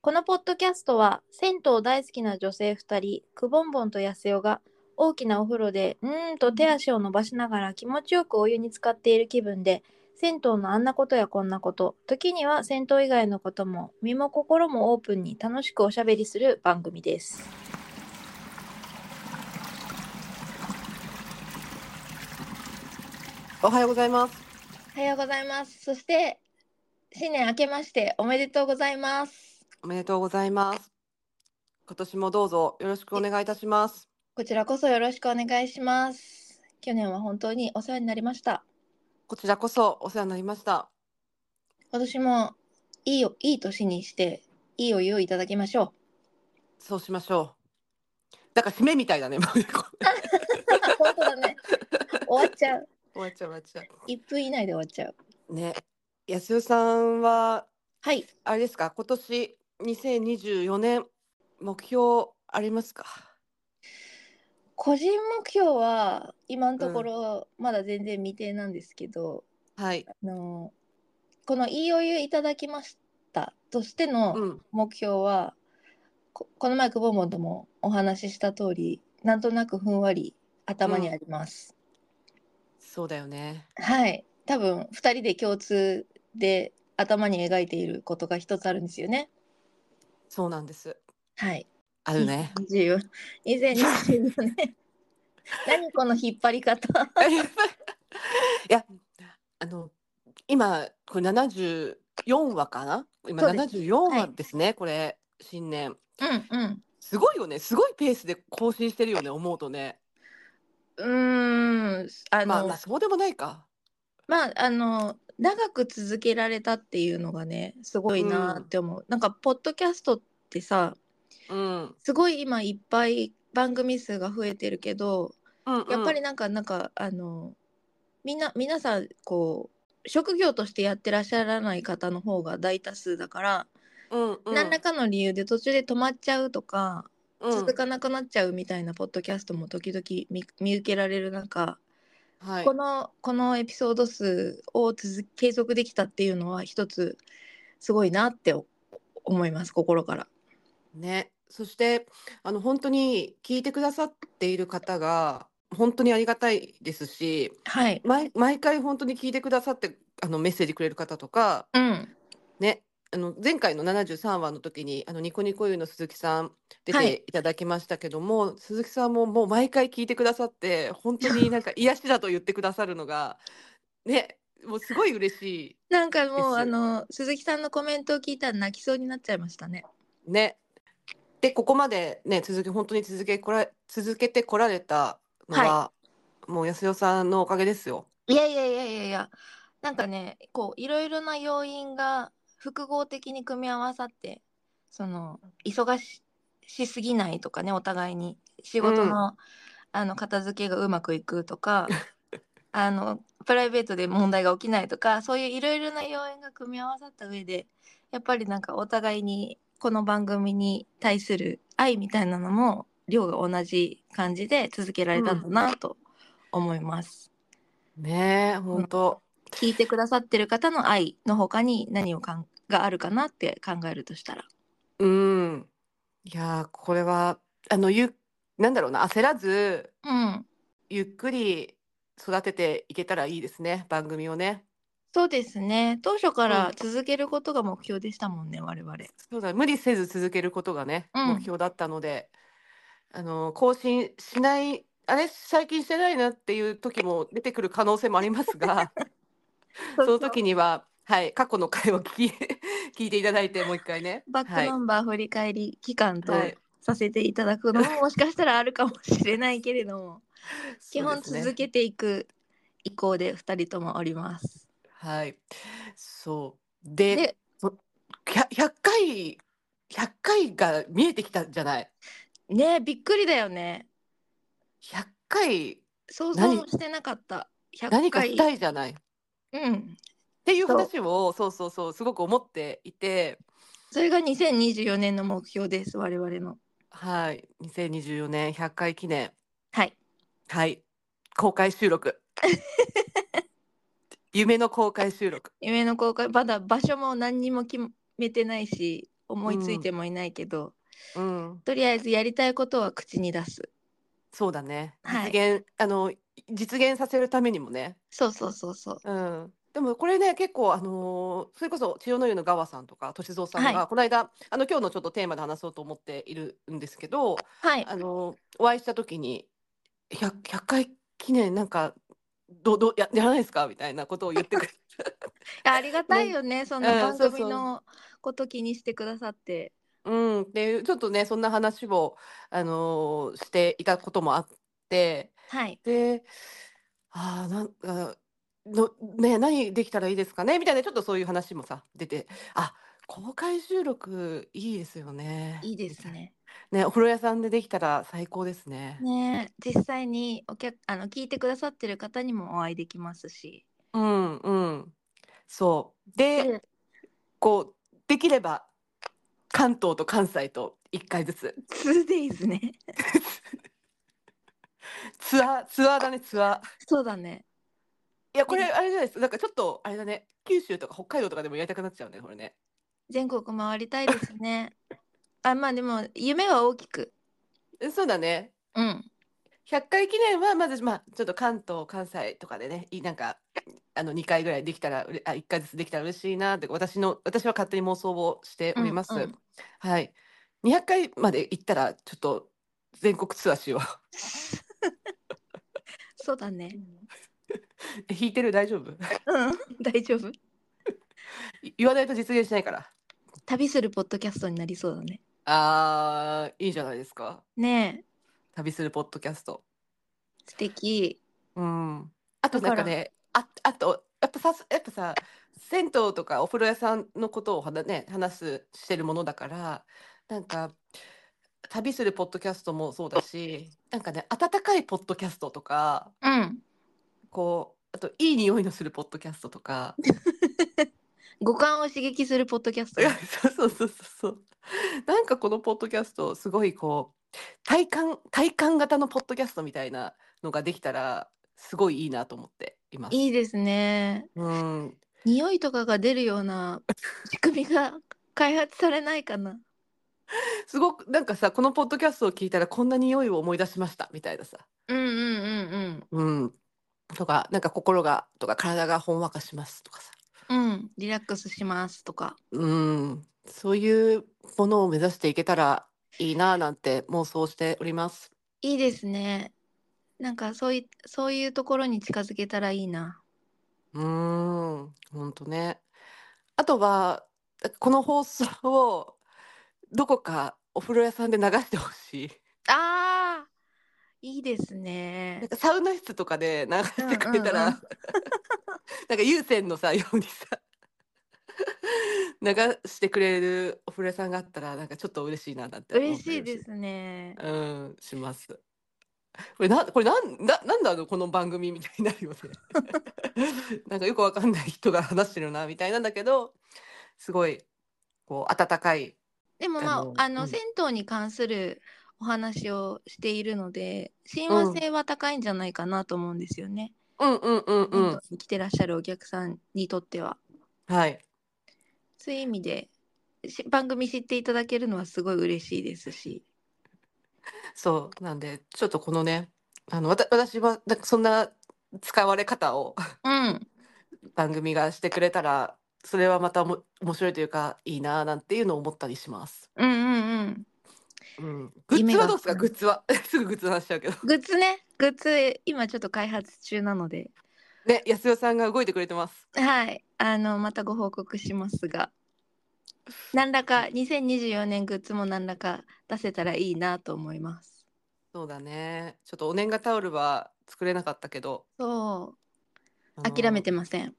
このポッドキャストは銭湯大好きな女性2人くぼんぼんとやすよが大きなお風呂でうーんと手足を伸ばしながら気持ちよくお湯に浸かっている気分で銭湯のあんなことやこんなこと時には銭湯以外のことも身も心もオープンに楽しくおしゃべりする番組です。おはようございます。おはようございます。そして新年明けましておめでとうございます。おめでとうございます。今年もどうぞよろしくお願いいたします。こちらこそよろしくお願いします。去年は本当にお世話になりました。こちらこそお世話になりました。今年もいいよいい年にしていいお湯をいただきましょそうしましょう。なんか締めみたいだ ね。もうねこれう。本当だ ね。終わっちゃう。終わっちゃう終わっちゃ1分以内で終わっちゃう。う。ね。安代さんははい。あれですか。今年2024年目標ありますか。個人目標は今のところまだ全然未定なんですけど、はい。あのこのいいお湯いただきましたとしての、うん。目標はここの前くぼもんともお話しした通りなんとなくふんわり頭にあります、そうだよね。はい多分2人で共通で頭に描いていることが一つあるんですよねそうなんです。はいあるね。 20 2024年 何この引っ張り方 いやあの今これ74話かな今そうです74話ですね、これ新年うんすごいよねすごいペースで更新してるよね思うとねうんうーんあの、ままああ、まあそうでもないかあの長く続けられたっていうのがねすごいなって思う、なんかポッドキャストってさうん、すごい今いっぱい番組数が増えてるけどうんうんやっぱりなんか、なんかあのみんな皆さんこう職業としてやってらっしゃらない方の方が大多数だから、うんうん何らかの理由で途中で止まっちゃうとか、うん続かなくなっちゃうみたいなポッドキャストも時々見見受けられる中、はいこのこのエピソード数を続継続できたっていうのは一つすごいなってお思います心から。ねそしてあの本当に聞いてくださっている方が本当にありがたいですしはい、毎毎回本当に聞いてくださってあのメッセージくれる方とかうん、ね、あの前回の73話の時にあのニコニコ湯の鈴木さん出はいていただきましたけども、鈴木さんももう毎回聞いてくださって本当 になんか癒しだと言ってくださるのがねもうすごい嬉しなんかもうですあの鈴木さんのコメントを聞いたら泣きそうになっちゃいましたね。いね。でここまでね続き本当に続けこら続けてこられたのは、もう安代さんのおかげですよ。いやいやいやいやいやなんかねこういろいろな要因が複合的に組み合わさってその忙ししすぎないとかねお互いに仕事の,、あの片付けがうまくいくとか あのプライベートで問題が起きないとかそういういろいろな要因が組み合わさった上でやっぱりなんかお互いにこの番組に対する愛みたいなのも量が同じ感じで続けられたんだなと思います。ね本当、聞いてくださってる方の愛の他に何をかんがあるかなって考えるとしたら。うん、いやーこれはあのゆなんだろうな焦らずうん。ゆっくり育てていけたらいいですね、番組をね。そうですね。当初からうん続けることが目標でしたもんね、我々。そうだ、無理せず続けることがね、うん目標だったので、あの、更新しない、あれ、最近してないなっていう時も出てくる可能性もあります が、その時には、はい、過去の回を聞き、 聞いていただいて、もう一回ね。バックはいナンバー振り返り期間とはいさせていただくのももしかしたらあるかもしれないけれど も、基そ本うですね続けていく意向で2人ともおります。はい。そう。で、でそ100 100回、100回が見えてきたじゃない。ねえびっくりだよね。 100回、想像もしてなかった。100何か回したいじゃない。うん。っていうそう話をそうそうそうすごく思っていてそれが2024年の目標です、我々の。はい2024年100回記念はい。はい公開 収録夢の公開収録夢の公開まだ場所も何にも決めてないし思いついてもいないけど、うん、とりあえずやりたいことは口に出すそうだね。はい実現、あの、実現させるためにもね。そうそうそうそううん。でもこれね、結構、あのーそれこそ千代の湯の川さんとか、歳三さんはが、この間、あの、今日のちょっとテーマで話そうと思っているんですけど、はいあのーお会いした時に、100、100回記念、なんか、どう、どう、や、やらないですかみたいなことを言っ てくれた。あありがたいよね、そのうん番そうそう組のこと気にしてくださって。うん、っていう、ちょっとね、そんな話を、あのーしていたこともあって、はい。で、ああ、なんか、の、ね、何できたらいいですかねみたいな、ちょっとそういう話もさ、出て、あ、公開収録いいですよね。いいですみたいね。な。ね、お風呂屋さんでできたら最高ですね。ねえ実際にお客あの聞いてくださってる方にもお会いできますし。うん、うん。そう。で、こう、できれば、関東と関西と1回ずつ。 2days ね。ツアー、ツアーだね、ツアー。そうだね。いや、これ、あれじゃないですか。なんかちょっと、あれだね、九州とか北海道とかでもやりたくなっちゃうね、これね。全国回りたいですね。 あまあでも夢は大きく。うんそうだね。うん。 100回記念はまず、まあ、ちょっと関東、関西とかでね、いなんか、あの、2回ぐらいできたらうれ、あ、1回ずつできたら嬉しいなって、私の、私は勝手に妄想をしております。うんうんはい。200回まで行ったら、ちょっと、全国ツアーしよう。そうだね。引いてる大丈夫う ん。 大丈夫。言わないと実現しないから。旅するポッドキャストになりそうだね。あー、いいじゃないですか。ねえ。旅するポッドキャスト。素敵。うん。あとなだんかからね、あ、あと、やっぱさ、やっぱさ、銭湯とかお風呂屋さんのことをはなね、話す、してるものだから、なんか、旅するポッドキャストもそうだし、なんかね、温かいポッドキャストとか、うん。こう、あと、いい匂いのするポッドキャストとか、五感を刺激するポッドキャストいね。や そうそうそうそうそう。なんかこのポッドキャスト、すごいこう、体感、体感型のポッドキャストみたいなのができたら、すごいいいなと思っています。いいですね。うん。匂いとかが出るような仕組みが開発されないかな。すごくなんかさこのポッドキャストを聞いたらこんな匂いを思い出しましたみたいなさ、うんうんうんうん、とかなんか心がとか体がほんわかしますとかさ、うん。うん、リラックスしますとか。うん、そういうものを目指していけたらいいななんて妄想しております。いいですね。なんかそういそういうところに近づけたらいいな。うんほんとねあとはこの放送をどこかお風呂屋さんで流してほしい。あーいいですなんね。かサウナ室とかで流してくれたら、うんうんうん なんか有線のさようにさ 流してくれるお風呂屋さんがあったらなんかちょっと嬉しいななんて思っ嬉したりいですね。うんしますこれなこれなんななんだあのこの番組みたいになるよね なんかよくわかんない人が話してるなみたいなんだけどすごいこう温かいでもまあああのの、うん銭湯に関するお話をしているので親和性は高いんじゃないかなと思うんですよね。うんうんうんう銭ん湯に来てらっしゃるお客さんにとっては。はいそういう意味でし番組知っていただけるのはすごい嬉しいですし。そうなんでちょっとこのねあのわた私はなんかそんな使われ方を うん。番組がしてくれたらそれはまたおも面白いというかいいなあなんていうのを思ったりします。うんうんうん。うん、グッズ夢はがどうですかグッズは すぐグッズの話しちゃうけどグッズね。グッズ、今ちょっと開発中なので。ね安代さんが動いてくれてます。はい。あの、またご報告しますが。何らか、2024年グッズも何らか出せたらいいなと思います。そうだねちょっとお年賀タオルは作れなかったけど、そう。あの諦めてません。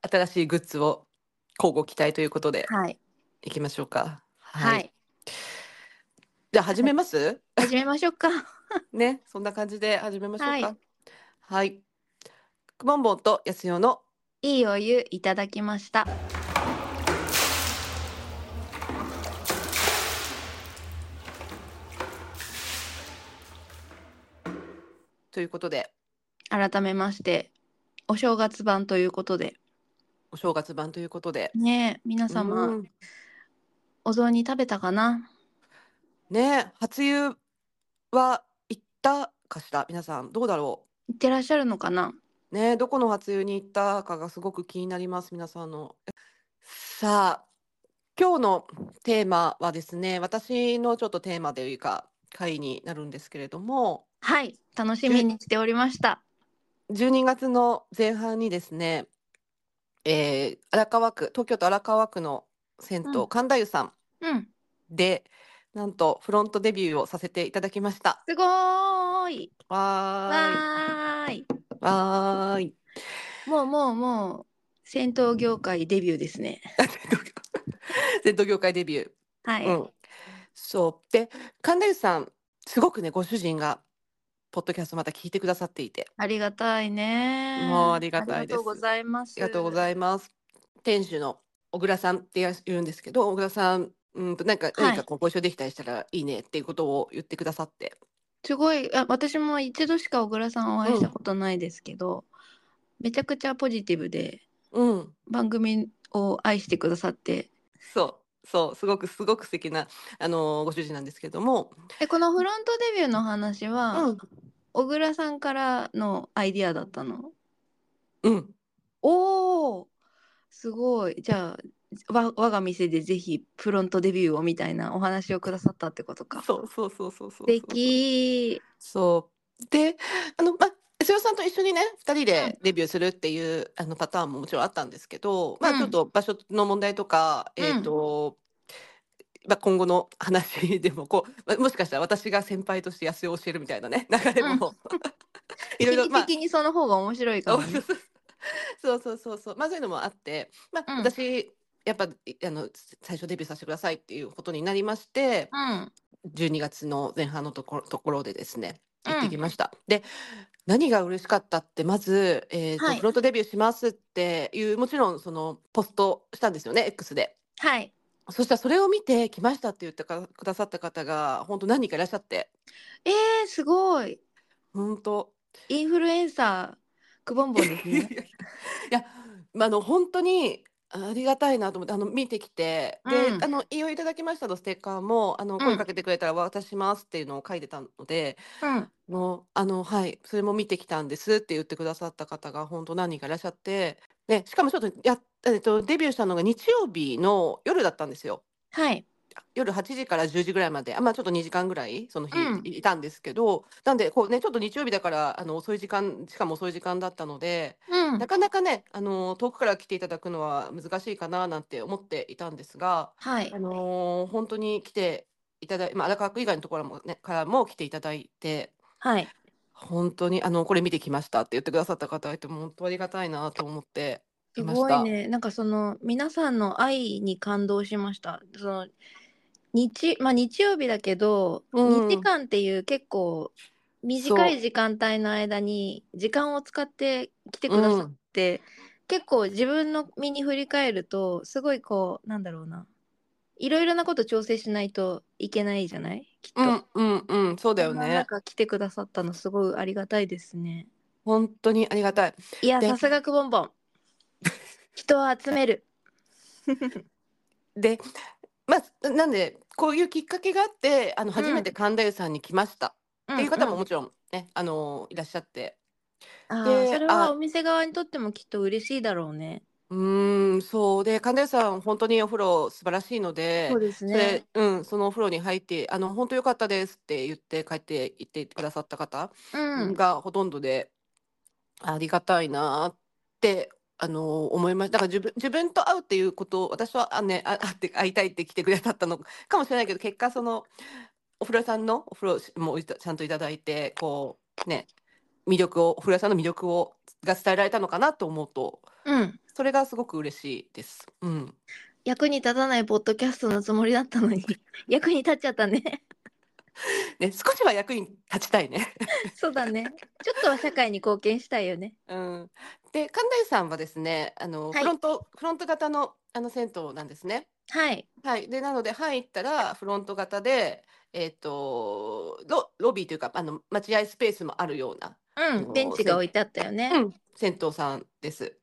新しいグッズを交互期待ということではい。いきましょうか。はい。じゃあ始めます始めましょうか。ね、そんな感じで始めましょうはいか。はい。くぼんぼんとやすよの。いいお湯いただきました。ということで、改めまして、お正月版ということで。お正月版ということで。ねえ皆様、うんお雑煮食べたかなね初湯は行ったかしら皆さんどうだろ行ってらっしゃるのかなうねどこの初湯に行ったかがすごく気になります皆さんの。さあ今日のテーマはですね私のちょっとテーマというか回になるんですけれどもはい楽しみにしておりました12月の前半にですね、えー荒川区東京都荒川区の銭湯、うん神田湯さんうんでなんとフロントデビューをさせていただきました。すごーいわーいわーいわーい。 もうもうもう戦闘業界デビューですねゼット業界デビュはい、ー。うん。そう。で、神田湯さん、すごくね、ご主人が、ポッドキャストまた聞いてくださっていて、ありがたいねもうありがたいでありがすとうございますありがとうごいざいます。店主の小倉さんってや言うんですけど、小倉さん、うんと、なんか、何かこうご一緒できたりしたらいいねっていうことを言ってくださって。ますすごいあ私も一度しか小倉さんお会いしたことないですけど、めちゃくちゃポジティブでうん。番組を愛してくださってそう。そう。すごく、すごく素敵な、あのーご主人なんですけども。えこのフロントデビューの話は、うん。小倉さんからのアイディアだったのうん。おーすごいじゃあわ我が店でぜひフロントデビューをみたいなお話をくださったってことかそうそうそうそうそうそう。素敵そう。で、あの、まあ、瀬尾さんと一緒にね、2人でデビューするっていう、あのパターンももちろんあったんですけど、まうあ、んちょっと場所の問題とか、えっうんと、まあ、今後の話でも、こう、まあもしかしたら私が先輩として安井を教えるみたいなね、流れ も、いろいろ、まあ地理的にその方が面白いかもねそうそうそうそう、まあ、そういうのもあって、まあ、うん私、やっぱ、いあの、最初デビューさせてくださいっていうことになりまして、うん12月の前半のところところでですねうん行ってきました。で何が嬉しかったってまず、えーとはいフロントデビューしますっていうもちろんそのポストしたんですよね X で。はいそしたらそれを見て来ましたって言ってかくださった方が本当何人かいらっしゃってえー、すごい本当インフルエンサーくぼんぼんですね いや、まあ、あの本当にありがたいなと思ってあの見てきてで、うんあの「いいよいただきました」のステッカーもあの声かけてくれたら渡しますっていうのを書いてたので、うんの、あの、はい、それも見てきたんですって言ってくださった方が本当何人かいらっしゃって、ね、しかもちょっとやっ、えっと、デビューしたのが日曜日の夜だったんですよ。はい夜8時から10時ぐらいまで、あまあ、ちょっと2時間ぐらい、その日うんいたんですけど、なんで、こうね、ちょっと日曜日だから、あの、遅い時間、しかも遅い時間だったので、うんなかなかね、あの、遠くから来ていただくのは難しいかななんて思っていたんですが、はいあのー本当に来ていただい、まあ、荒川区以外のところも、ね、からも来ていただいて、はい本当にあのこれ見てきましたって言ってくださった方がいても本当ありがたいなと思ってすいまごした。いね。なんかその皆さんの愛に感動しました。その日、まあ日曜日だけど、うん2時間っていう結構短い時間帯の間に時間を使って来てくださって、結構自分の身に振り返ると、すごいこう、なんだろうな。いろいろなこと調整しないといけないじゃないきっと。うんうんうんそうだよそんなね。中来てくださったのすごいありがたいですね。本当にありがたい。いや、でさすがくぼんぼん。 人を集める。でまあなんでこういうきっかけがあってあの初めて神田湯さんに来ましたっていう方ももちろんね、あのいらっしゃってああでそれあはお店側にとってもきっと嬉しいだろうね。うーんそうで神田湯さん本当にお風呂素晴らしいのでそうですそれね。うん、そのお風呂に入ってあの本当良かったですって言って帰って行ってくださった方うん。がほとんどで、ありがたいなーって、あのー思いました。だから自分、自分と会うっていうことを、私は、あ、ね、あ、 会って、会いたいって来てくださったのかもしれないけど、結果、その、お風呂屋さんのお風呂しもいたちゃんといただいて、こう、ね、魅力を、お風呂屋さんの魅力を、が伝えられたのかなと思うと、うん。それがすごく嬉しいです。うん。役に立たないポッドキャストのつもりだったのに 役に立っちゃったね。 ね、少しは役に立ちたいね。 そうだね。ちょっとは社会に貢献したいよね。うん、で神田湯さんはですねあの、はいフロントフロント型のあの銭湯なんですね。はい。はい、でなので入ったらフロント型で、えっとロロビーというかあの待合スペースもあるようなうん。ベンチが置いてあったよね。銭湯さんです。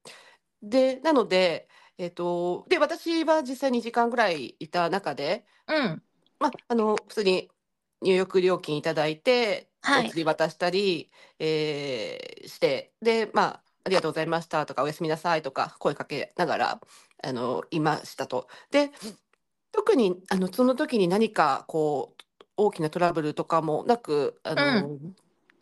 で、なので、えっと、で、私は実際2時間ぐらいいた中で、うん。まあ、あの、普通に入浴料金いただいて、はおい釣り渡したり、えーして、で、まあ、ありがとうございましたとか、おやすみなさいとか、声かけながら、あの、いましたと。で、特に、あの、その時に何か、こう、大きなトラブルとかもなく、あの、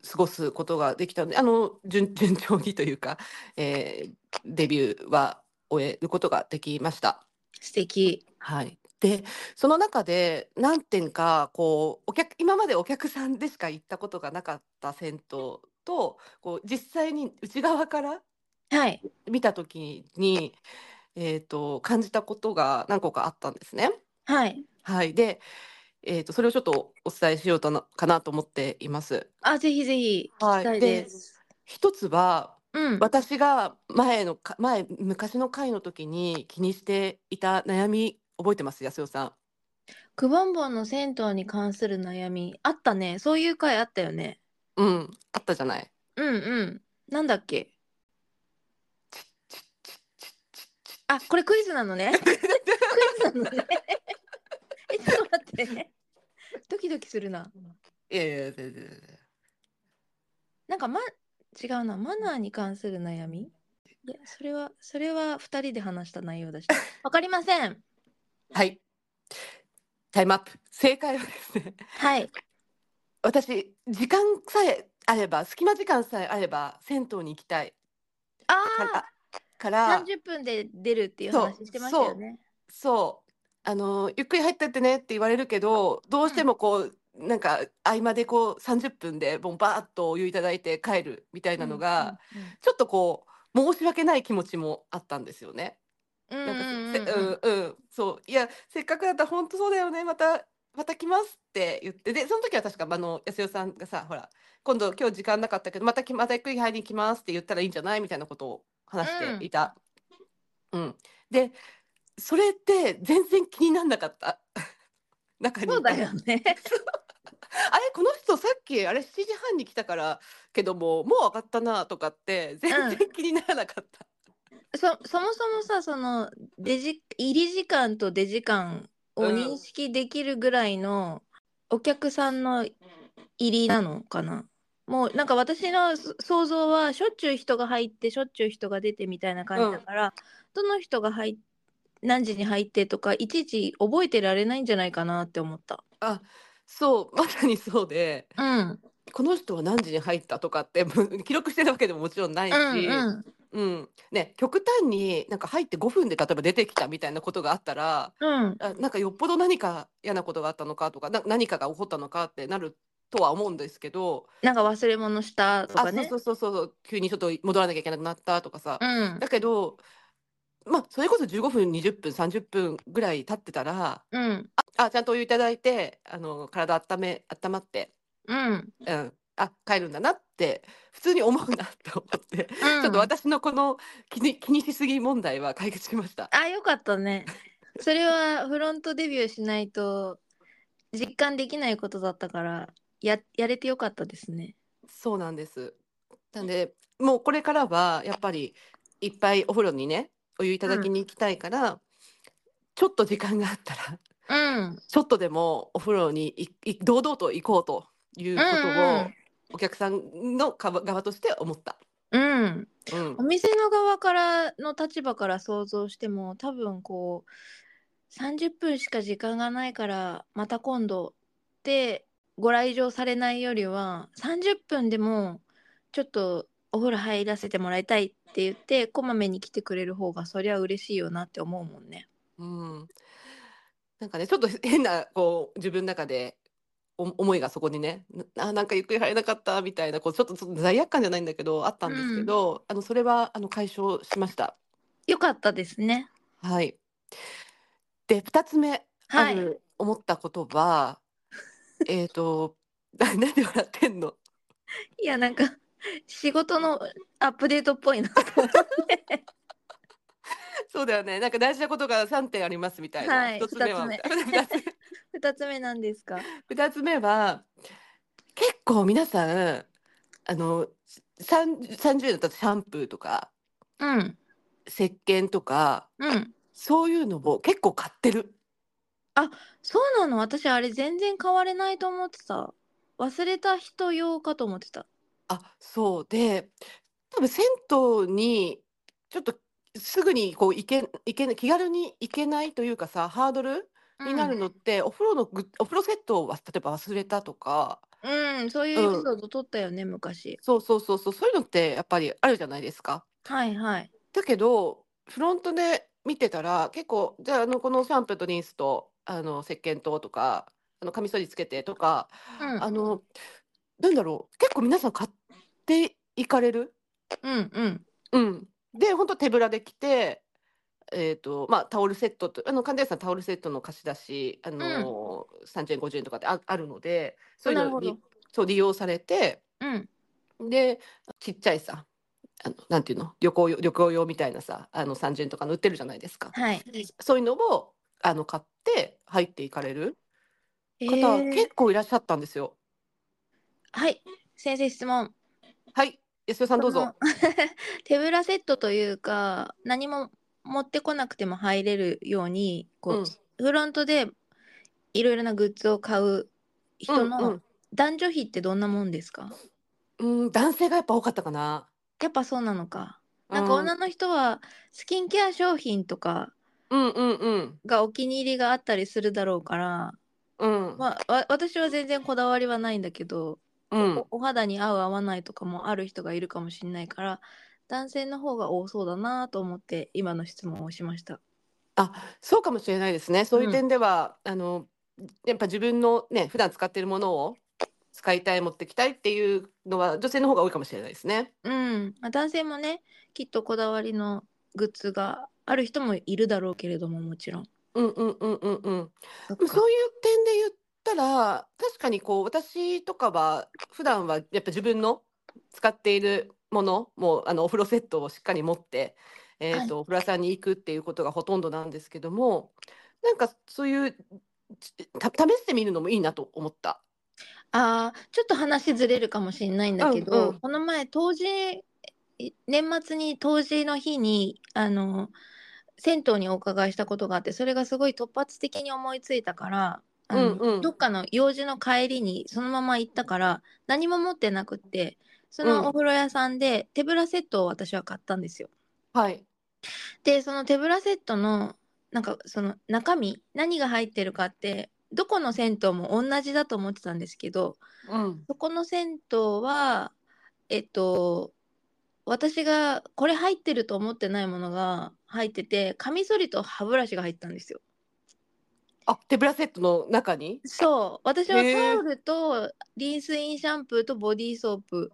過ごすことができたので、あの、順、 順調にというか、えーデビューは終えることができました。素敵。はい、でその中で何点かこうお客今までお客さんでしか行ったことがなかった銭湯とこう実際に内側からはい。見た時に、えー、と感じたことが何個かあったんですね。はい。はい、で、えー、とそれをちょっとお伝えしようとなかなと思っています。あ、ぜひぜひ聞はきいたいです。一つはうん。私が前のか前昔の回の時に気にしていた悩み覚えてます安代さん。くぼんぼんの銭湯に関する悩みあったね。そういう回あったよね。うん、あったじゃない。うんうん。なんだっけ。あ、これクイズなのね。クイズなのね。え、ちょっと待ってね。ドキドキするな。いやいや、全然全然なんかま違うな。マナーに関する悩み。いや、それはそれは二人で話した内容だし。わかりません。はい。タイムアップ。正解はですね、はい。私、時間さえあれば、隙間時間さえあれば、銭湯に行きたいあから、かあ、ら三十分で出るっていうそう話してましたよね。そう、あの、ゆっくり入ってってねって言われるけど、どうしてもこう、なんか合間でこう30分でボンバーっとお湯いただいて帰るみたいなのが、ちょっとこう申し訳ない気持ちもあったんですよね。うんうん。なうんんうかんせうんうん。うんうんそういやせっかくだったら本当そうだよねまたまた来ますって言ってでその時は確かあの安代さんがさほら今度今日時間なかったけどまた来またゆっくり入りに来ますって言ったらいいんじゃないみたいなことを話していた。うんでそれって全然気になんなかった 中にいたそうだよね。 あれこの人さっきあれ7時半に来たからけどももう上がったなとかって全然気にならなかった。そそもそもさその出じ入り時間と出時間をうん認識できるぐらいのお客さんの入りなのかなもうなんか私のそ想像はしょっちゅう人が入ってしょっちゅう人が出てみたいな感じだから、どの人が入っ何時に入ってとかいちいち覚えてられないんじゃないかなって思った。そうまさにそうでうん、この人は何時に入ったとかってもう記録してるわけでももちろんないし、うん、うんうんね、極端になんか入って5分で例えば出てきたみたいなことがあったらうんあなんかよっぽど何か嫌なことがあったのかとかな何かが起こったのかってなるとは思うんですけど、なんか忘れ物したとあかね。そうそうそうそう急にちょっと戻らなきゃいけなくなったとかさ、うんだけど、まあ、それこそ15分20分30分ぐらい経ってたらうんあちゃんとお湯いただいてあの体温め温まって。うんうん、あ帰るんだなって普通に思うなと思って、ちょっと私のこの気に気にしすぎ問題は解決しました。あ、よかったね。それはフロントデビューしないと実感できないことだったから、や、やれてよかったですね。そうなんです。なんでもうこれからはやっぱりいっぱいお風呂にねお湯いただきに行きたいから、ちょっと時間があったらうん。ちょっとでもお風呂にいい堂々と行こうということを、うんうんお客さんの側側として思った。うん。うんお、店の側からの立場から想像しても、多分こう、30分しか時間がないから、また今度ってご来場されないよりは、30分でもちょっとお風呂入らせてもらいたいって言って、こまめに来てくれる方が、そりゃ嬉しいよなって思うもんね。うん、なんかねちょっと変なこう自分の中でお思いがそこにねなあなんかゆっくり入れなかったみたいなこうちょっとちょっと罪悪感じゃないんだけどあったんですけど、あのそれはあの解消しました。よかったですね。はい、で2つ目はあい。る思ったこと はえっとななんで笑ってんのいや、なんか、 仕事のアップデートっぽいなと思って。そうだよねなんか大事なことが3点ありますみたいな、はい1つ目は二つ 二つ目 二つ目なんですか。 2つ目は結構皆さんあのさん30だったらシャンプーとかうん。石鹸とかうんそういうのも結構買ってる。そうなの私あれ全然買われないと思ってた忘れた人用かと思ってたあ、そうで、多分銭湯にちょっとすぐにこう行け、行けない、気軽に行けないというかさ、ハードルになるのって、お風呂のグッお風呂セットをわ例えば忘れたとか、うん、うん、そういうエピソード撮ったよね、昔そうそうそうそう、そういうのってやっぱりあるじゃないですか。はいはいだけど、フロントで見てたら、結構、じゃあ、あの、このシャンプーとリンスと、あの、石鹸ととか、あの、カミソリつけてとか、うんあの、なんだろう、結構皆さん買っていかれるうんうんうん。で、本当手ぶらで来て、えっと、まあ、タオルセットと、あの、寒天さんタオルセットの貸し出し、あのー、30円、50円とかであ、あるので、そういうなのるほりどそう、利用されて、うんで、ちっちゃいさ、あの、なんていうの、旅行用、旅行用みたいなさ、あの、30円とかの売ってるじゃないですか。はいそういうのを、あの、買って入っていかれるえ方、ー結構いらっしゃったんですよ。はい先生質問はい、安代さんどうぞ。その 手ぶらセットというか何も持ってこなくても入れるようにこう、うんフロントでいろいろなグッズを買う人うんうんの男女比ってどんなもんですか、うん、男性がやっぱ多かったかな。やっぱそうなのかなんかうん女の人はスキンケア商品とかうんうんうん。がお気に入りがあったりするだろうから、うん。まあ、わ私は全然こだわりはないんだけど、うん。おお肌に合う合わないとかもある人がいるかもしれないから男性の方が多そうだなと思って今の質問をしました。あ、そうかもしれないですね。そういううん点では、あの、やっぱ自分のね、普段使っているものを使いたい、持ってきたいっていうのは女性の方が多いかもしれないですね。うん、まあ、男性もねきっとこだわりのグッズがある人もいるだろうけれどももちろん。うんうんうんうんうん。そっでもかそういう点で言ったら、確かにこう、私とかは、普段はやっぱ自分の使っているもの、もうあのお風呂セットをしっかり持って、えはっいと、お風呂屋さんに行くっていうことがほとんどなんですけども、なんかそういう、た試してみるのもいいなと思った。あーちょっと話ずれるかもしれないんだけど、うんうんこの前当時い年末に当時の日にあの銭湯にお伺いしたことがあってそれがすごい突発的に思いついたからあの、うんうんどっかの用事の帰りにそのまま行ったから何も持ってなくってそうんのお風呂屋さんで手ぶらセットを私は買ったんですよ。はい。でその手ぶらセットのなんかその中身何が入ってるかってどこの銭湯も同じだと思ってたんですけどうん。そこの銭湯は、えっと、私がこれ入ってると思ってないものが入ってて、カミソリと歯ブラシが入ったんですよ。あ、手ぶらセットの中に。そう、私はへえタオルとリンスインシャンプーとボディーソープ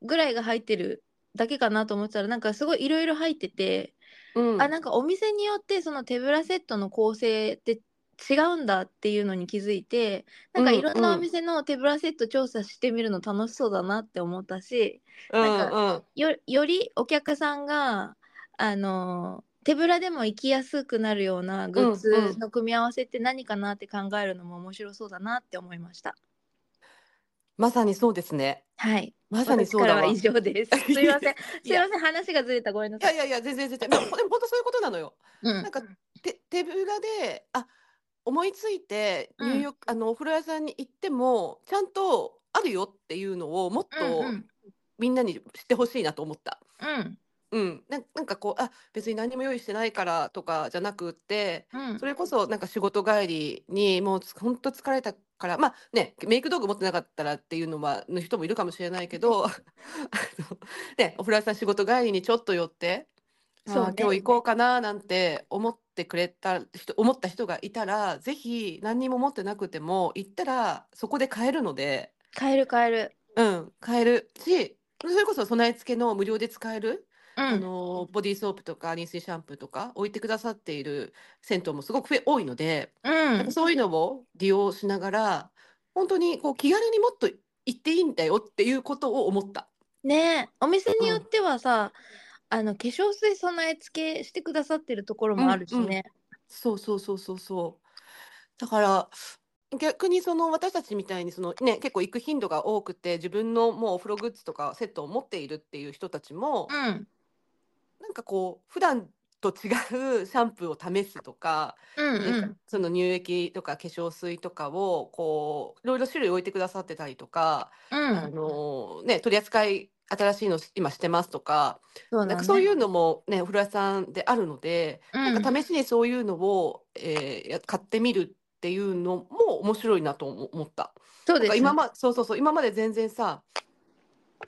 ぐらいが入ってるだけかなと思ってたら、なんかすごいいろいろ入ってて、うんあ、なんかお店によってその手ぶらセットの構成って違うんだっていうのに気づいて、なんかいろんなお店の手ぶらセット調査してみるの楽しそうだなって思ったし、なんうんよよりお客さんがあの手ぶらでも行きやすくなるようなグッうんうズんの組み合わせって何かなって考えるのも面白そうだなって思いました。まさにそうですね。はい。まさにそう私からだはわ。以い上です。 すいません。すいやません。話がずれた。ごめんなさやい。いやいや、全然全然。でもでも本当そういうことなのよ。うんなんか、て手ぶらで、あ、思いついて、うん入浴、あの、お風呂屋さんに行っても、ちゃんとあるよっていうのを、もっとうんうんみんなに知ってほしいなと思った。うんうん、なんなんかこう、あ、別に何も用意してないからとかじゃなくって、うんそれこそなんか仕事帰りにもうつほんと疲れたからまあねメイク道具持ってなかったらっていうのはの人もいるかもしれないけど あのねお風呂屋さん仕事帰りにちょっと寄ってあそうーね今日行こうかななんて思ってくれた人思った人がいたらぜひ何にも持ってなくても行ったらそこで買えるので、買える買える。うん、買えるしそれこそ備え付けの無料で使えるうん。あのボディーソープとかリンスシャンプーとか置いてくださっている銭湯もすごく増え多いので、うなんんか。そういうのを利用しながら本当にこう気軽にもっと行っていいんだよっていうことを思った。ねえお店によってはさ、あの化粧水備え付けしてくださってるところもあるしね。そうそうそうそうそう。だから逆にその私たちみたいにそのね結構行く頻度が多くて自分のもうお風呂グッズとかセットを持っているっていう人たちもうん。なんかこう普段と違う シャンプーを試すとか、うんうなんんかその乳液とか化粧水とかをこういろいろ種類置いてくださってたりとか、うんあのね取り扱い新しいの今してますとか、そうなだんねかそういうのもねお風呂屋さんであるので、うんなんか試しにそういうのを、えーや買ってみるっていうのも面白いなと思思った。そうなんですかね今まそうそうそう今まで全然さ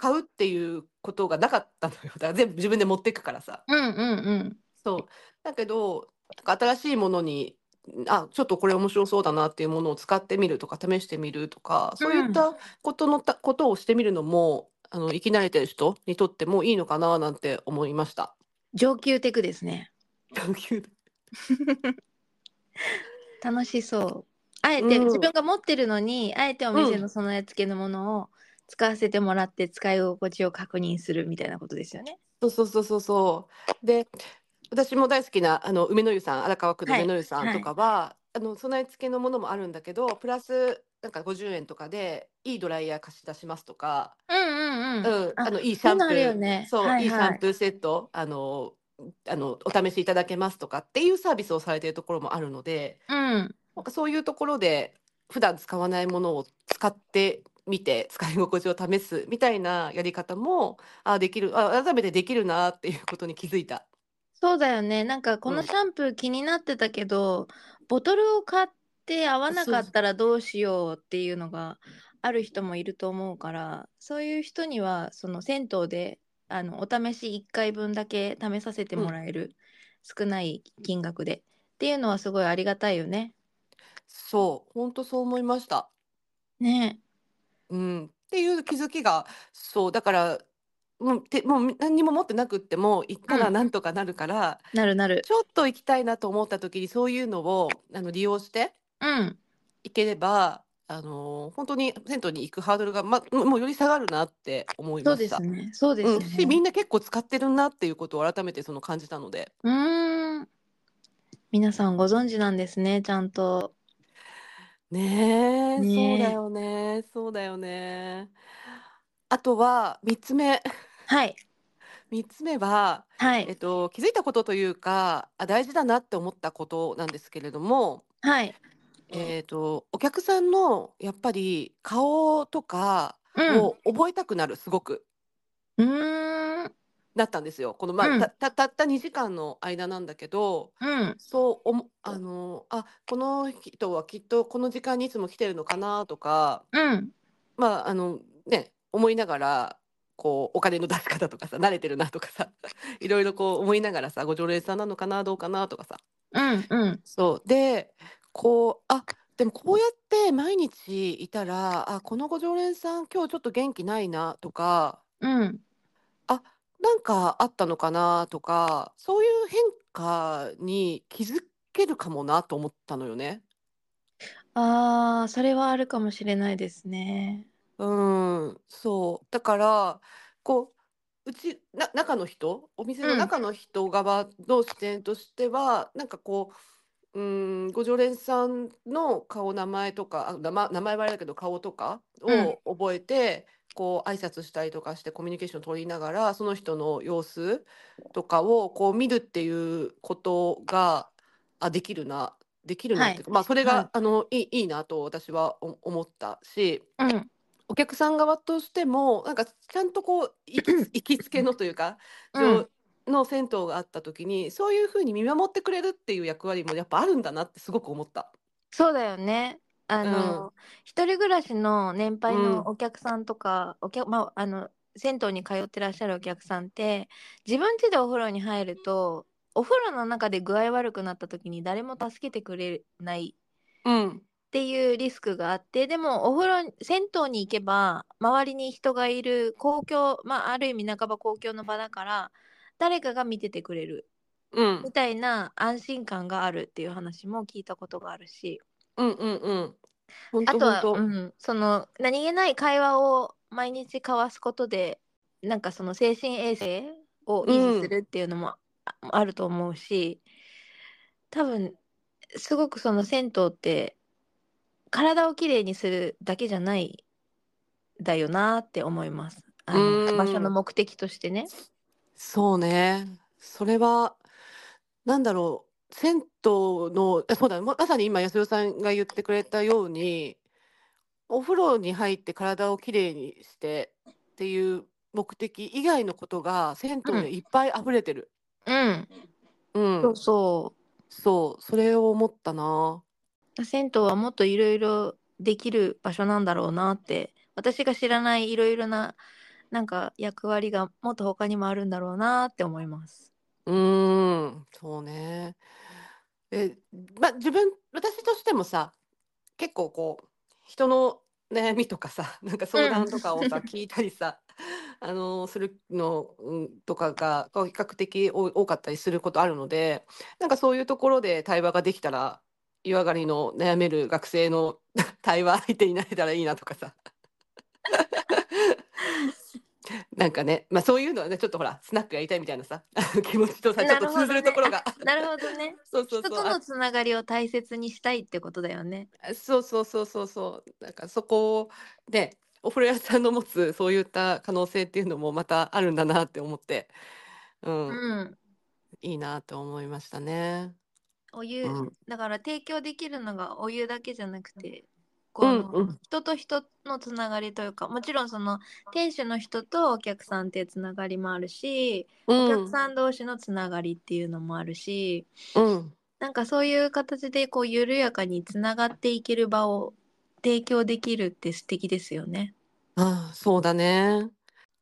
買うっていうことがなかったのよだから全部自分で持っていくからさうんうんうんそうだけどなんか新しいものにあちょっとこれ面白そうだなっていうものを使ってみるとか試してみるとかそういったことのたことをしてみるのもあの生き慣れてる人にとってもいいのかななんて思い ました。上級テクですね楽しそうあえて、うん自分が持ってるのにあえてお店うの備え付けのものを使わせてもらって使い心地を確認するみたいなことですよねそうそうそうそうそう。で、私も大好きなあの梅の湯さん、荒川区のはい梅の湯さんとかは、あの備え付けのものもあるんだけど、プラスなんか50円とかでいいドライヤー貸し出しますとか、うんうんうん、うん、あのいいシそャういうンプのあるよー、ねそう、はいいシはいャンプーセット、あのあのお試しいただけますとかっていうサービスをされているところもあるので、うんなんかそういうところで普段使わないものを使ってみて使い心地を試すみたいなやり方もあできるあ改めてできるなっていうことに気づいた。そうだよねなんかこうのんシャンプー気になってたけど、ボトルを買って合わなかったらどうしようっていうのがある人もいると思うからそういう人にはその銭湯であのお試し1回分だけ試させてもらえる、少ない金額でっていうのはすごいありがたいよね。そう本当そう思いました。ねうん、っていう気づきがそうだからもうてもう何にも持ってなくっても行ったうらんなんとかなるから、なるなる。ちょっと行きたいなと思った時にそういうのをあの利用してうん行ければ。あの本当に銭湯に行くハードルが、ま、もうより下がるなって思いそまうでしたす。ねそうですうよん、しみね。んな結構使ってるなっていうことを改めてその感じたのでうーん皆さんご存知なんですねちゃんと。ねえねそうえだよねそうだよねあとは3つ目はい3つ目は、はえっいと、気づいたことというかあ大事だなって思ったことなんですけれども、はい。えっと、お客さんのやっぱり顔とかうんを覚えたくなるすごく。うーん、なったんですよこの、まうんあ、たたたった2時間の間なんだけど、うん、そうおもあのあこの人はきっとこの時間にいつも来てるのかなとかうん、まああのね思いながらこうお金の出し方とかさ慣れてるなとかさ いろいろこう思いながらさご常連さんなのかなどうかなとかさうん、うん、そうでこうあでもこうやって毎日いたらあこのご常連さん今日ちょっと元気ないなとかうん、あなんかあったのかなとかそういう変化に気づけるかもなと思ったのよね。ああ、それはあるかもしれないですね。うん、そう。だから、こう、うち、な、中の人、お店のうん中の人側の視点としては、なんかこう、うん、ご常連さんの顔、名前とか、あ名前、名前はあれだけど、顔とかうんを覚えて、こう、挨拶したりとかして、コミュニケーション取りながら、その人の様子とかを、こう、見るっていうことが、あ、できるな、できるなっていうか、まあ、それが、はいあの、いい、いいなと私はお思ったし、うん、お客さん側としてもなんかちゃんとこう 行き行きつけのというか、うんの銭湯があった時にそういうふうに見守ってくれるっていう役割もやっぱあるんだなってすごく思った。そうだよね。あの、一人暮らしの年配うんのお客さんとか、お客、まあ、あの、銭湯に通ってらっしゃるお客さんって、自分家でお風呂に入ると、お風呂の中で具合悪くなった時に誰も助けてくれないうん、っていうリスクがあってでもお風呂に銭湯に行けば周りに人がいる公共、まあ、ある意味半ば公共の場だから誰かが見ててくれるうんみ、たいな安心感があるっていう話も聞いたことがあるしうん、うん、うん。本あ当とは、本当うん、その何気ない会話を毎日交わすことでなんかその精神衛生を維持するっていうのもああると思うし、多分すごくその銭湯って体をきれいにするだけじゃないだよなって思いますあのうん場所の目的としてね。そうね。それは、なんだろう、銭湯の、あそうだ、ままさに今、安代さんが言ってくれたように、お風呂に入って体をきれいにしてっていう目的以外のことが、銭湯にはいっぱい溢れてる。うん、うん、そうそそう、それを思ったな。う。銭湯はもっといろいろできる場所なんだろうなって、私が知らないいろいろな、なんか役割がもっと他にもあるんだろうなって思います。うーん、そうね。え、ま、自分、私としてもさ、結構こう、人の悩みとかさ、 なんか相談とかをさ、聞いたりさ、あの、するの、うん、とかが、こう比較的多多かったりすることあるので、なんかそういうところで対話ができたら、湯上がりの悩める学生の 対話相手になれたらいいなとか さ。なんかね、まあそういうのはね、ちょっとほら、スナックやりたいみたいなさ、 あの気持ちとさ、ちょっと通ずるところが。なるほどね。そうそ う人そうとのつながりを大切にしたいってことだよね。あそうそうそうそうそうなんかそこでお風呂屋さんの持つそういった可能性っていうのもまたあるんだなって思って、うんうん。いいなって思いましたね。お湯、うんだから提供できるのがお湯だけじゃなくて、こうう、んうん人と人のつながりというか、もちろんその店主の人とお客さんっていうつながりもあるし、おう客んさん同士のつながりっていうのもあるし、うんなんかそういう形でこう緩やかにつながっていける場を提供できるって素敵ですよね。ああそうだね。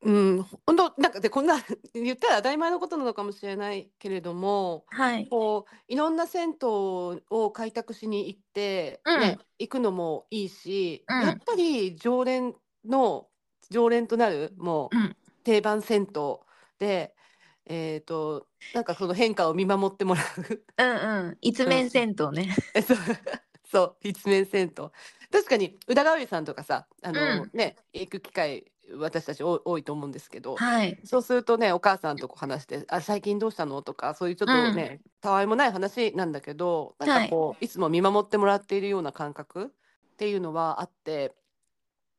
うん本当なんかでこんな 言ったら当たり前のことなのかもしれないけれどもはい。こういろんな銭湯を開拓しに行って、うんね、行くのもいいし、うんやっぱり常連の常連となるもううん定番銭湯で、えー、となんかその変化を見守ってもらううんうん。一面銭湯ね。えそう そう一面銭湯確かに宇田川さんとかさあの、うんね、行く機会私たち多多いと思うんですけど。はい。そうするとね、お母さんとこう話して、あ、最近どうしたのとか、そういうちょっとね、たわいもない話なんだけど、なんかこう、いつも見守ってもらっているような感覚っていうのはあって、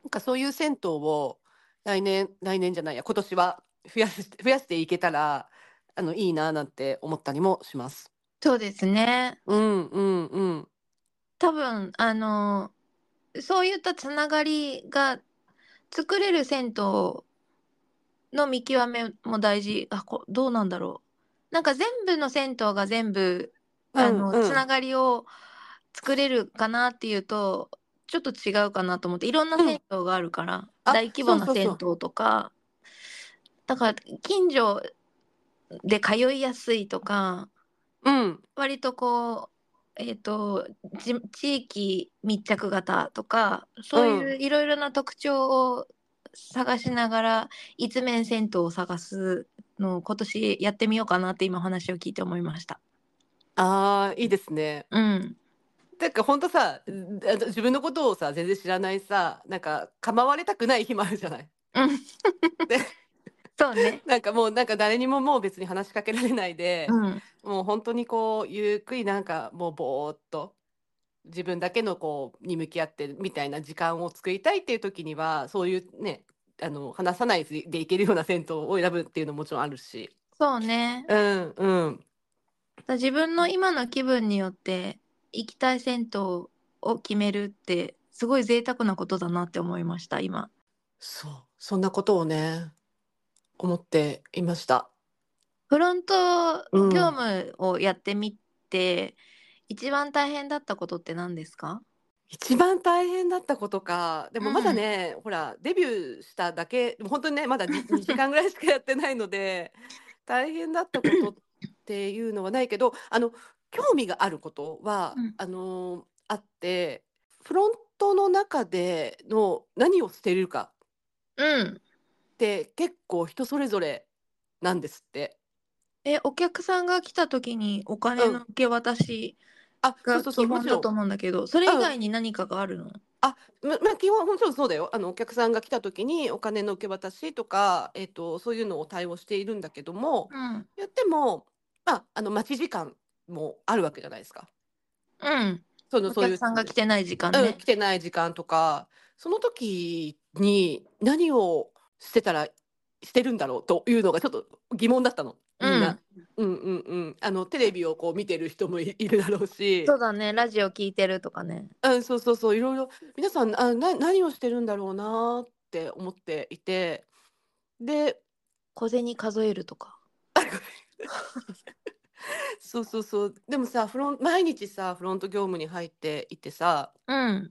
なんかそういう銭湯を来年、来年じゃないや、今年は 増やし、増やしていけたら、あの、いいななんて思ったりもします。そうですね。うん、うん、うん。多分あのそういったつながりが作れる銭湯の見極めも大事あこどうなんだろうなんか全部の銭湯が全部あの、うん、うんつながりを作れるかなっていうとちょっと違うかなと思っていろんな銭湯があるから、あ大規模なそうそ銭うそう湯とかだから近所で通いやすいとかうん、割とこうえっ、とじ地域密着型とかそういういろいろな特徴を探しながら一面銭湯を探すのを今年やってみようかなって今お話を聞いて思いました。ああ、いいですね。うん、なんか本当さ、うんあの自分のことをさ、全然知らないさ、なんか構われたくない日もあるじゃない。 うんで、そうね。なんかもうなんか誰にももう別に話しかけられないで、 うん、もう本当にこうゆっくりなんかもうぼーっと自分だけのこうに向き合ってみたいな時間を作りたいっていう時にはそういうねあの話さないでいけるような銭湯を選ぶっていうのももちろんあるし、そうね。うんうん自分の今の気分によって行きたい銭湯を決めるってすごい贅沢なことだなって思いました今。そうそんなことをね思っていました。フロントうん業務をやってみて、一番大変だったことって何ですか一番大変だったことか。でもうんまだね、ほら、デビューしただけ、でも本当にね、ま だ 2, 時間ぐらいしかやってないので、大変だったことっていうのはないけど、あの、興味があることはうん、あのーあって、フロントの中での何を捨てるかうん。って結構人それぞれなんですって。え、お客さんが来た時にお金の受け渡しあ、そがうそうそう、基も本ちだろんと。思うんだけど、それ以外に何かがあるのあ、ま、まあ、基本、もちろんそうだよ。あの、お客さんが来た時にお金の受け渡しとか、えっと、そういうのを対応しているんだけども、うん。言っても、まあ、あの、待ち時間もあるわけじゃないですか。うん。その、おそういう、客さんが来てない時間うん、ね。来てない時間とか、その時に何をしてたら、してるんだろうというのがちょっと疑問だったの。みんな、うん、うんうんあのテレビをこう見てる人もいいるだろうしそうだねラジオ聞いてるとかねうん、そうそうそういろいろ皆さんあな何をしてるんだろうなって思っていてで小銭数えるとかそうそうそうでもさフロン毎日さフロント業務に入っていてさうん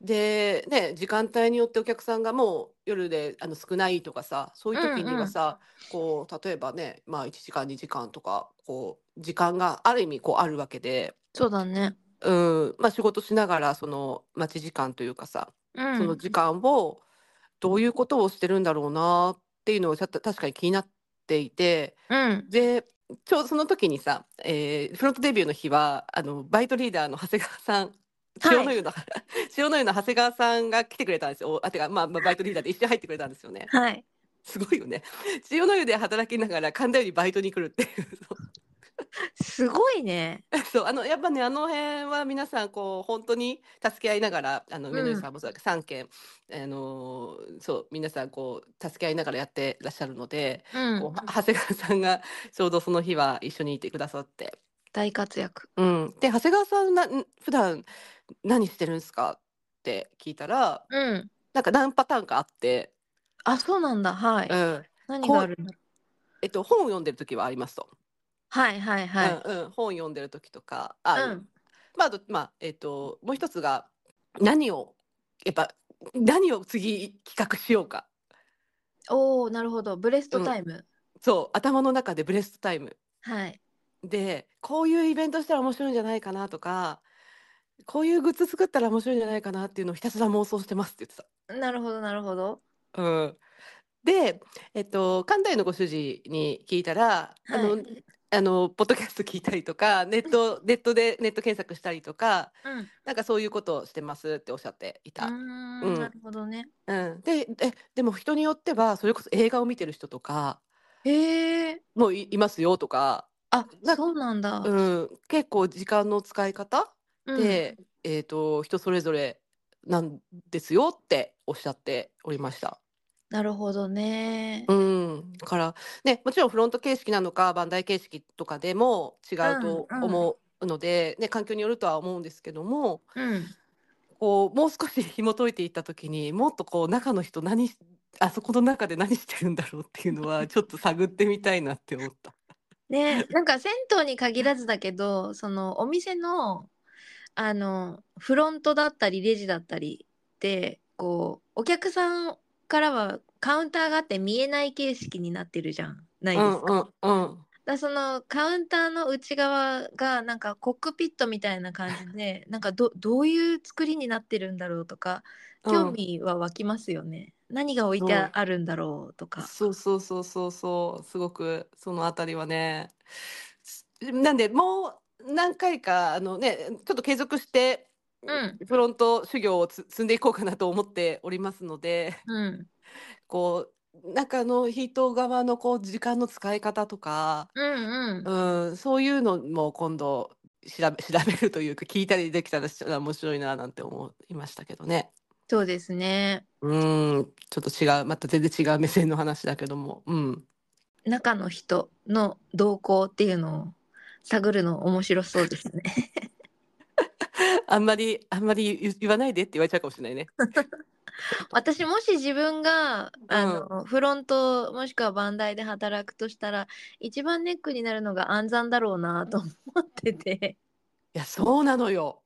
でね時間帯によってお客さんがもう夜であの少ないとかさそういう時にはさ、こう例えばね、まあ、1時間2時間とかこう時間がある意味こうあるわけで、そうだねうんまあ、仕事しながらその待ち時間というかさうんその時間をどういうことをしてるんだろうなっていうのをちょっと確かに気になっていてうんでちょうどその時にさ、えーフロントデビューの日はあのバイトリーダーの長谷川さんはい塩の湯の、 塩の湯の長谷川さんが来てくれたんですよ。あてか、まあ、まあバイトリーダーで一緒に入ってくれたんですよね。はいすごいよね。塩の湯で働きながら神田よりバイトに来るっていう。すごいね そうあのやっぱねあの辺は皆さんこう本当に助け合いながらあのうんみのりさんもそうだけど3件、あのーそう皆さんこう助け合いながらやってらっしゃるので、うんこうは長谷川さんがちょうどその日は一緒にいてくださって、大活躍うん、で長谷川さんな普段何してるんですかって聞いたらうんなんか何パターンかあって、あそうなんだはい、うん何があるんだえっと、本を読んでる時はありますと、はいはいはい、うんうん、本読んでる時とかあ、うんまあ、あとまあえっ、ともう一つが何をやっぱ何を次企画しようかおおなるほどブレストタイム、そう頭の中でブレストタイムはいでこういうイベントしたら面白いんじゃないかなとかこういうグッズ作ったら面白いんじゃないかなっていうのをひたすら妄想してますって言ってなるほどなるほどた。うん、で、えっと、関西のご主人に聞いたら、あはいのうんあのポッドキャスト聞いたりとかネットネットでネット検索したりとかなんかそういうことをしてますっておっしゃっていうーた。んうんなるほどねうん、でえでも人によってはそれこそ映画を見てる人とかへえもういいますよとかあなんかそうなんだ、うん、結構時間の使い方うんで、えー、と人それぞれなんですよっておっしゃっておりました。なるほどねうん、だから、ね、もちろんフロント形式なのかバンダイ形式とかでも違うとうんうん思うので、ね、環境によるとは思うんですけどもうんこうもう少し紐解いていった時に もっとこう中の人何しあそこの中で何してるんだろうっていう のはちょっと探ってみたいなって思った。 ね、なんか銭湯に限らずだけどそのお店のあのフロントだったりレジだったりってこうお客さんからはカウンターがあって見えない形式になってるじゃん なういですか。んうんうんだそのカウンターの内側がなんかコックピットみたいな感じ でなんかどどういう作りになってるんだろうとか興味は湧きますよね。何が置いてああるんだろうとか。そうそうそうそうそうすごくそのあたりはねすなんでもう何回かあのねちょっと継続して、うんフロント修行をつ積んでいこうかなと思っておりますのでうんこう中の人側のこう時間の使い方とか、うんうんうん、そういうのも今度調べ 調べるというか聞いたりできたらし面白いななんて思いましたけどね。そうですね。うん、ちょっと違うまた全然違う目線の話だけども、うん、中の人の動向っていうのを探るの面白そうですね。 あんまり、あんまり言言わないでって言われちゃうかもしれないね。私もし自分があの、フロントもしくはバンダイで働くとしたら一番ネックになるのが暗算だろうなと思ってていや、そうなのよ。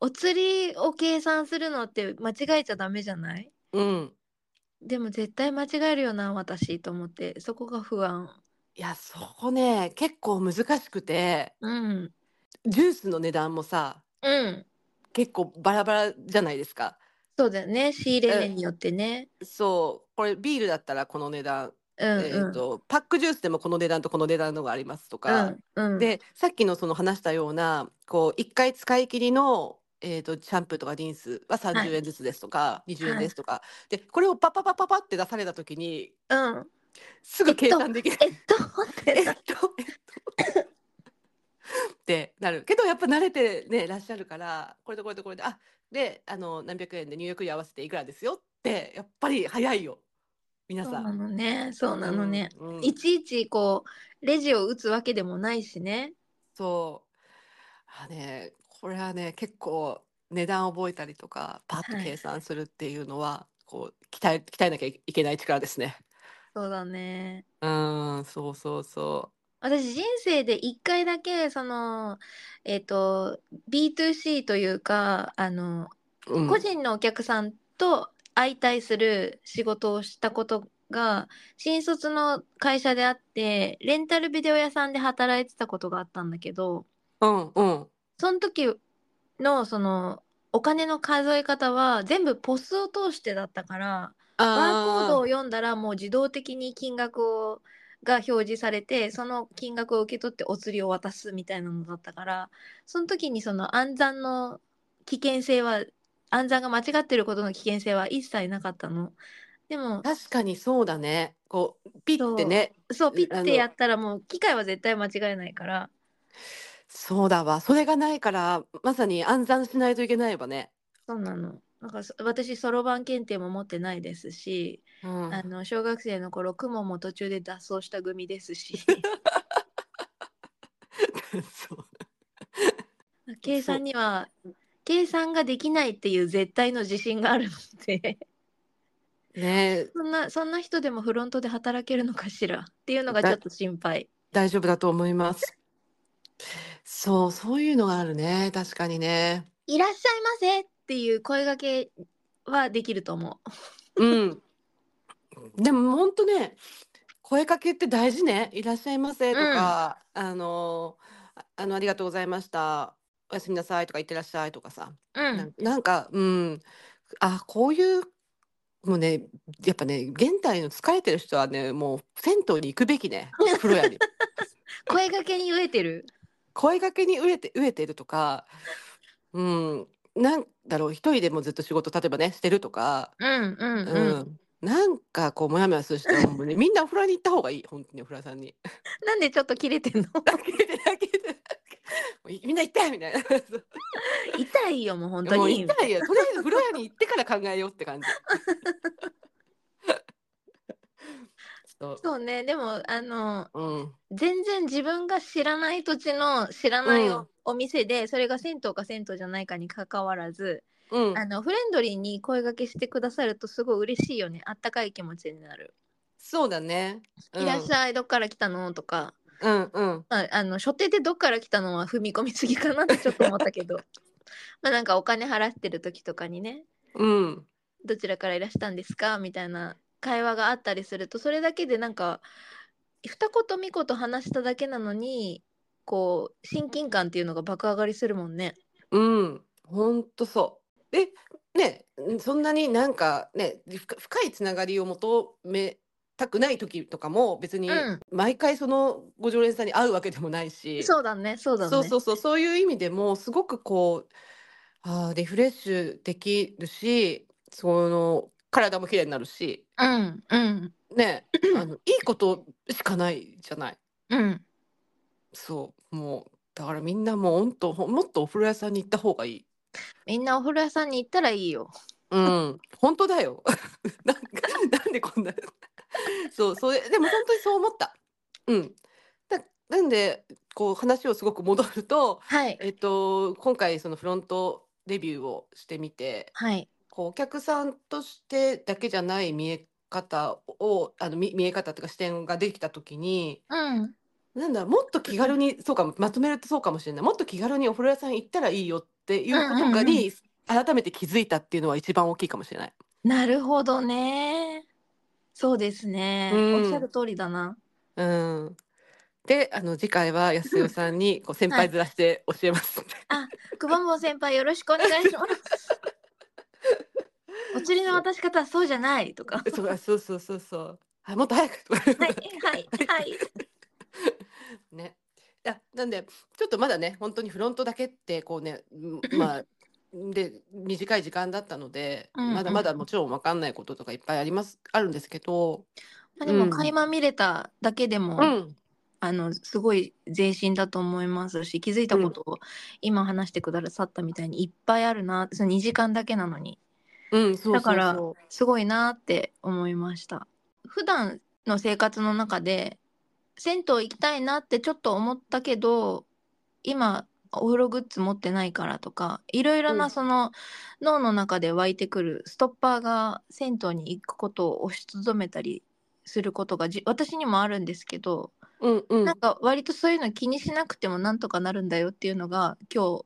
お釣りを計算するのって間違えちゃダメじゃないうん。でも絶対間違えるよな私と思ってそこが不安。いや、そこね、結構難しくて、うん、ジュースの値段もさ、うん結構バラバラじゃないですか。そうだよね仕入れ値によってね。そう、これビールだったらこの値段、うんうんえっと、パックジュースでもこの値段とこの値段のがありますとか。うんうん、で、さっきのその話したような、こう、一回使い切りの、えっと、シャンプーとかリンスはは30い円ずつですとか、20円はいですとか。で、これをパパパパパって出された時に、うん、すぐ計算できない。えっとって えっと、えっと。ってなるけどやっぱ慣れてねらっしゃるからこれとこれとこれであであの何百円で入浴料合わせていくらですよってやっぱり早いよ皆そうさ。なんのねそうなのね、うん。うんいちいちこうレジを打つわけでもないしねそう。あね、これはね、結構値段覚えたりとか、パッはとい計算するっていうのは、こう、鍛え、鍛えなきゃいけない力ですね。そうだねうん、そうそうそ私人生で一回だけそのえっ、と B2C というかあのう。うん。個人のお客さんと相対する仕事をしたことが新卒の会社であってレンタルビデオ屋さんで働いてたことがあったんだけどうん、うん。その時のそのお金の数え方は全部ポスを通してだったからバーコードをあ読んだらもう自動的に金額をが表示されてその金額を受け取ってお釣りを渡すみたいなのだったからその時にその暗算の危険性は暗算が間違ってることの危険性は一切なかったの。でもー確かにそうだね。こう、ピッてね。そうピあッのてやったらもう機械は絶対間違えないからそうだわ。それがないから、まさに暗算しないといけないわね。そうなの。なんかそ私そろばん検定も持ってないですしうん。あの小学生の頃クモも途中で脱走した組ですし そう。計算には計算ができないっていう絶対の自信があるの でねそんなそんな人でもフロントで働けるのかしらっていうのがちょっと心配大丈夫だと思います。そう、そういうのがあるね。確かにね。いらっしゃいませっていう声掛けはできると思ううん。でも本当ね、声かけって大事ね。いらっしゃいませとか、あの、ああの、ありがとうございました。おやすみなさいとか、いってらっしゃいとかさ。うなんんなんか、うん、あ、こういう、もうね、やっぱね、現代の疲れてる人はね、もう銭湯に行くべきね、プロやに。声掛けに飢えてる声掛けに飢えて、飢えてるとか、うん、なんだろう、一人でもずっと仕事、例えばね、してるとか、うんうんううん、ん、なんかこう、モヤモヤする人は、もう ね、みんなお風呂に行った方がいい、本当にお風呂屋さん に。なんでちょっと切れてんのもうみんな行ったよみたいな。 痛いよもう本当もうに行ったらいいよ。とりあえず風呂屋に行ってから考えようって 感じ。そう。そうねでもあのうん。全然自分が知らない土地の知らないお,、うん店でそれが銭湯か銭湯じゃないかにかかわらずうん。あのフレンドリーに声掛けしてくださるとすごい嬉しいよねあったかい気持ちになるそうだね。 「いらっしゃいどっから来たの?」とか、うん。うんうん。まあ、あの初手で「どっから来たの?」は踏み込みすぎかなってちょっと思ったけど まあなんかお金払ってる時とかにねうん。 「どちらからいらしたんですか?」みたいな会話があったりするとそれだけでなんか二言三言話しただけなのにこう親近感っていうのが爆上がりするもんね。うん。ほんとそう。で、ね、そんなになんかね、深深いつながりを求めたくない時とかも別にうん毎回そのご常連さんに会うわけでもないし。そうだねそうだね。そうそうそう、そういう意味でも、すごくこう、あーリフレッシュできるし、その、体も綺麗になるし、うんうん ね、あの、いいことしかないじゃない。うんそう、もう、だからみんなもう、ほんと、ほもっとお風呂屋さんに行った方がいい。みんなお風呂屋さんに行ったらいいよ。うん、 本当だよ。なんか、 なんでこんな。 そう、それ、でも本当にそう思った。うん。だ、なんで、こう、話をすごく戻ると、はいえっと、今回そのフロントデビューをしてみて、はいこうお客さんとしてだけじゃない見え方を、あの見、見え方というか視点ができた時に、うんなんだ、もっと気軽に、そうかも、まとめるとそうかもしれない。もっと気軽にお風呂屋さん行ったらいいよっていうことかうんうんに、改めて気づいたっていうのは一番大きいかもしれない。なるほどね。そうですね。うんおっしゃる通りだな。うん。で、あの、次回は安代さんに、こう、先輩ずらして教えます。 くぼんぼん先輩よろしくお願いします。 お釣りの渡し方はそうじゃないとか。そう、そうそうそうそう。あ、もっと早くとか。はいはいはい。ね。いや、なんで、ちょっとまだね、本当にフロントだけって、こうね、んま あ、で、短い時間だったので、うんうんまだまだもちろん分かんないこととかいっぱいあります、あるんですけど、まあでもうん垣間見れただけでも、うん、あのすごい前進だと思いますし気づいたことを今話してくださったみたいにいっぱいあるなその2時間だけなのにうん、そうそうだからそうすごいなって思いました。普段の生活の中で銭湯行きたいなってちょっと思ったけど今お風呂グッズ持ってないからとかいろいろうんなその脳の中で湧いてくるストッパーが銭湯に行くことを押しとどめたりすることがじ私にもあるんですけどうんうんなんか割とそういうの気にしなくてもなんとかなるんだよっていうのが今日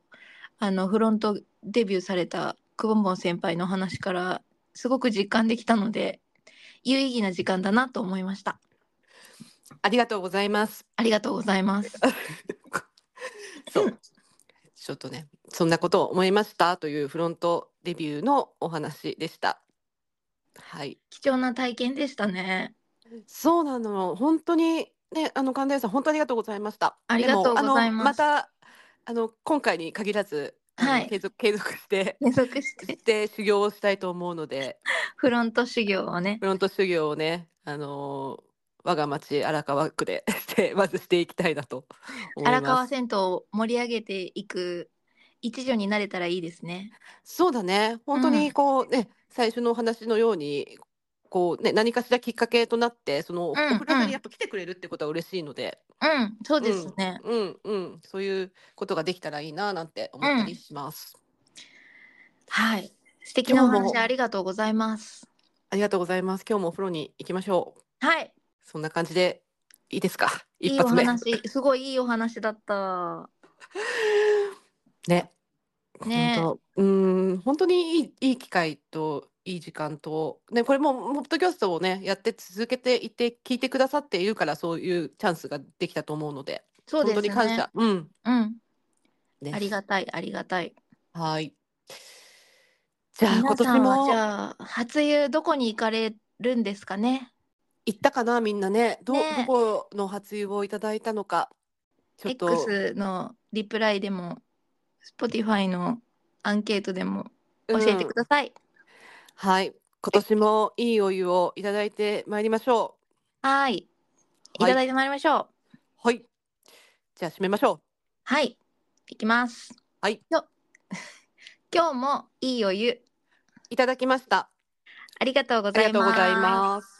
あのフロントデビューされたくぼんぼん先輩の話からすごく実感できたので有意義な時間だなと思いましたありがとうございます。ありがとうござい ますそう。ちょっとね、そんなことを思いましたというフロントデビューのお話でした。はい。貴重な体験でしたねそうなの。本当にね、あの神田屋さん本当にありがとうございました。ありがとうございますでもあのまたあの今回に限らず、あのはい継続継続して連続してして修行をしたいと思うので、 フロント修行をねフロント修行をね、あの我が町荒川区でして まずしていきたいなと思います。荒川銭湯を盛り上げていく一助になれたらいいですねそうだね。本当うにんこうね、最初のお話のように、こうね、何かしらきっかけとなって、その、おん風呂場うんにやっぱ来てくれるってことは嬉しいので、うんそうですね、うん、うん、そういうことができたらいいな、なんて思ったりします。はい素敵なお今日話もありがとうございますありがとうございます。今日もお風呂に行きましょう。はいそんな感じでいいですかい一いお発目。話、すごいいいお話だった。ね。ね本当うん本当にいいいい機会といい時間と、ね、これもポッドキャストをねやって続けていて聞いてくださっているからそういうチャンスができたと思うのでそうです本当ね。に感謝。うん、うん、ですありがたい、ありがたい。はいじゃあ今皆さんはじ年もゃあ、初湯どこに行かれるんですかね。行ったかなみんなねど,、ねどこの初湯をいただいたのかちょっと X のリプライでも、Spotify のアンケートでも教えてうんください。はい今年もいいお湯をいただいてまいりましょはーい。いはいただいてまいりましょう。うはいじゃあ締めましょうはい。いきます。はいよ。 今日もいいお湯、いただきましたありがとうごありざがいとうまごす。ざいます